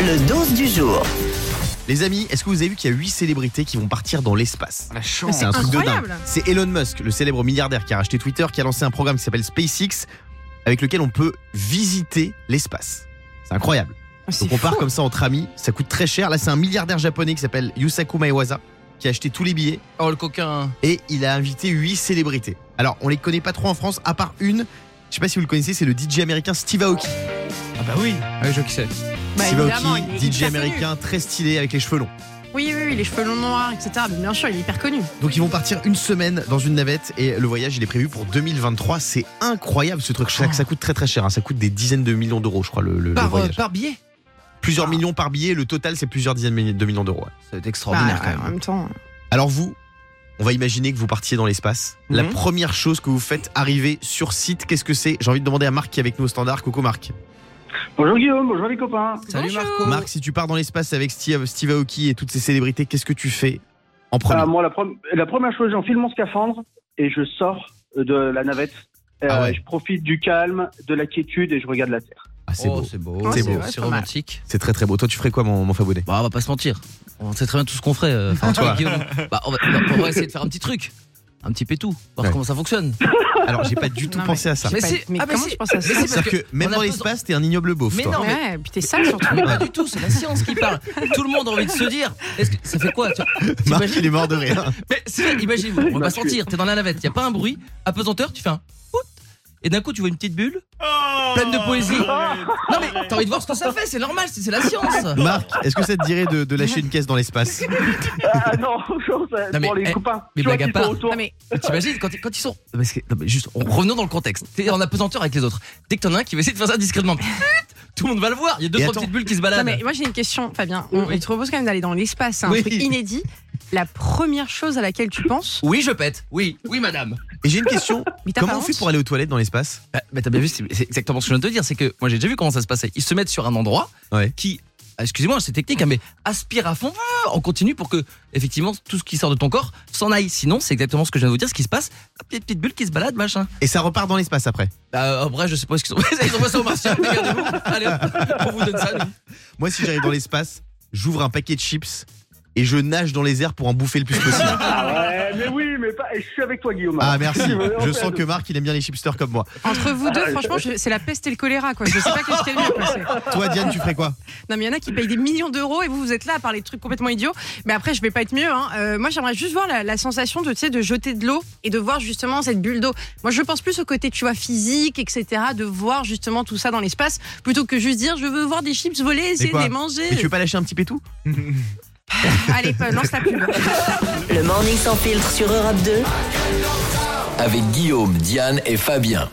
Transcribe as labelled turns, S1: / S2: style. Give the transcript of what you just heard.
S1: Le 12 du jour.
S2: Les amis, est-ce que vous avez vu qu'il y a 8 célébrités qui vont partir dans l'espace
S3: La chance.
S2: C'est un truc de dingue.
S4: incroyable.
S2: C'est Elon Musk, le célèbre milliardaire qui a racheté Twitter, qui a lancé un programme qui s'appelle SpaceX, avec lequel on peut visiter l'espace. C'est incroyable.
S4: Ah, C'est
S2: Donc on part
S4: fou.
S2: comme ça entre amis, ça coûte très cher. Là, c'est un milliardaire japonais qui s'appelle Yusaku Maewaza qui a acheté tous les billets
S3: Oh, le coquin.
S2: et il a invité 8 célébrités. Alors, on les connaît pas trop en France, à part une. Je sais pas si vous le connaissez, c'est le DJ américain Steve Aoki.
S3: Ah bah oui. Ah oui, je qui sais.
S4: Bah,
S2: Steve
S4: évidemment, il est
S2: Aoki, DJ
S4: hyper connu.
S2: américain très stylé avec les cheveux longs.
S4: Oui, oui, oui, les cheveux longs noirs, etc. Mais bien sûr, il est hyper connu.
S2: Donc ils vont partir une semaine dans une navette et le voyage il est prévu pour 2023. C'est incroyable ce truc.
S4: Ah.
S2: Ça, ça coûte très très cher. hein. Ça coûte des dizaines de millions d'euros, je crois, le, le- le
S3: Par, euh,
S2: voyage.
S3: par billet.
S4: Ah.
S2: Plusieurs millions par billet. Le total c'est plusieurs dizaines de millions- de millions d'euros. ouais. Ah,
S3: C'est
S4: Bah,
S3: extraordinaire
S4: en même hein. temps. euh,
S2: Alors vous, on va imaginer que vous partiez dans l'espace. La
S3: Mhm.
S2: première chose que vous faites arriver sur site, qu'est-ce que c'est J'ai envie de demander à Marc qui est avec nous au standard. Coucou Marc.
S5: Bonjour Guillaume, bonjour les copains.
S3: Salut
S4: Oh.
S3: Marco.
S2: Marc, si tu pars dans l'espace avec Steve, Steve Aoki et toutes ces célébrités, qu'est-ce que tu fais en premier
S5: Ah, moi, la, prom- la première chose, j'enfile mon scaphandre et je sors de la navette. Euh,
S2: Ah ouais.
S5: Je profite du calme, de la quiétude et je regarde la Terre.
S2: Ah, C'est
S3: Oh,
S2: beau.
S3: c'est beau.
S4: Ouais,
S2: c'est beau.
S4: vrai,
S3: C'est
S4: pas mal.
S3: romantique.
S2: C'est très très beau. Toi, tu ferais quoi, mon, mon Fabonnet
S3: Bah, on va pas se mentir. On sait très bien tout ce qu'on ferait. euh, Enfin, toi, Guillaume. Bah, on va, on va essayer de faire un petit truc. Un petit pétou. Voir
S2: Ouais.
S3: comment ça fonctionne.
S2: Alors, j'ai pas du tout
S4: Non,
S2: pensé à ça.
S4: Mais,
S3: Mais
S4: c'est...
S3: c'est-
S4: Bah, mais
S3: ah, mais
S4: comment
S3: c'est-
S4: tu penses à ça
S3: mais c'est-
S2: C'est-à-dire que même
S3: On a
S2: dans
S3: pas
S2: l'espace, t'es un ignoble beauf,
S3: Mais
S2: toi.
S3: non, mais-
S4: Ouais, et puis t'es sale surtout.
S3: Mais pas du tout, c'est la science qui parle. Tout le monde a envie de se dire. est-ce que- ça fait quoi tu vois
S2: Marc,
S3: T'imagines-
S2: il est mort de rire.
S3: Mais c'est vrai, imagine, on va pas sentir, t'es dans la navette, y a pas un bruit, apesanteur, tu fais un pout, et d'un coup tu vois une petite bulle pleine de poésie. Non mais t'as envie de voir ce que ça fait, c'est normal, c'est c'est la science.
S2: Marc, est-ce que ça te dirait de, de lâcher une caisse dans l'espace
S5: ah non, non, ça-
S3: Non, mais,
S5: pour les
S3: eh,
S5: copains.
S3: mais
S5: tu vois
S3: blague à
S5: qu'ils sont
S3: part.
S5: autour.
S4: Non, mais
S3: T'imagines quand, ils- quand ils sont. Non, mais c'est- non, mais juste, on- revenons dans le contexte. T'es en apesanteur avec les autres. Dès que t'en as un qui va essayer de faire ça discrètement, tout le monde va le voir. Il y a deux
S2: Et
S3: trois
S2: attends.
S3: petites bulles qui se baladent.
S4: non, mais moi j'ai une question, Fabien. On,
S3: Oui.
S4: on te propose quand même d'aller dans l'espace, c'est un
S3: Oui.
S4: truc inédit. La première chose à laquelle tu penses,
S3: Oui, je pète. Oui, oui, madame.
S2: Et j'ai une question.
S4: mais t'as
S2: Comment
S4: pas
S2: on fait
S4: honte
S2: pour aller aux toilettes dans l'espace
S3: Bah, bah, t'as bien vu, c'est c'est exactement ce que je viens de te dire. C'est que moi j'ai déjà vu comment ça se passait. Ils se mettent sur un endroit
S2: Ouais.
S3: qui, ah, excusez-moi, c'est technique, hein, mais aspire à fond, ah, on continue pour que effectivement tout ce qui sort de ton corps s'en aille. Sinon, c'est exactement ce que je viens de vous dire, ce qui se passe. Ah, petite, petite bulle qui se balade, machin.
S2: Et ça repart dans l'espace après.
S3: Bah, en vrai, je sais pas ce qu'ils sont. Ils ont passé au martien. Regardez-vous. Allez, hop, on vous donne ça. nous.
S2: Moi, si j'arrive dans l'espace, j'ouvre un paquet de chips et je nage dans les airs pour en bouffer le plus possible.
S5: Ah ouais, mais oui, mais pas... et je suis avec toi Guillaume.
S2: Ah, merci. Je
S5: On fait à
S2: sens que Marc, il aime bien les chipsters comme moi.
S4: Entre vous
S3: Ah,
S4: deux, franchement, je- c'est la peste et le choléra, quoi. Je sais pas qu'est-ce qu'il y a de mieux, quoi. C'est-
S2: Toi, Diane, tu ferais quoi
S4: Non, mais il y en a qui payent des millions d'euros et vous, vous êtes là à parler de trucs complètement idiots. Mais après, je vais pas être mieux, hein. Euh, moi, j'aimerais juste voir la, la sensation de, tu sais, de jeter de l'eau et de voir justement cette bulle d'eau. Moi, je pense plus au côté, tu vois, physique, etc., de voir justement tout ça dans l'espace, plutôt que juste dire, je veux voir des chips voler, essayer de
S2: quoi
S4: les manger.
S2: Mais tu veux pas lâcher un petit pétou
S4: Allez, Paul, lance la pub.
S1: Le morning sans filtre sur Europe 2.
S6: Avec Guillaume, Diane et Fabien.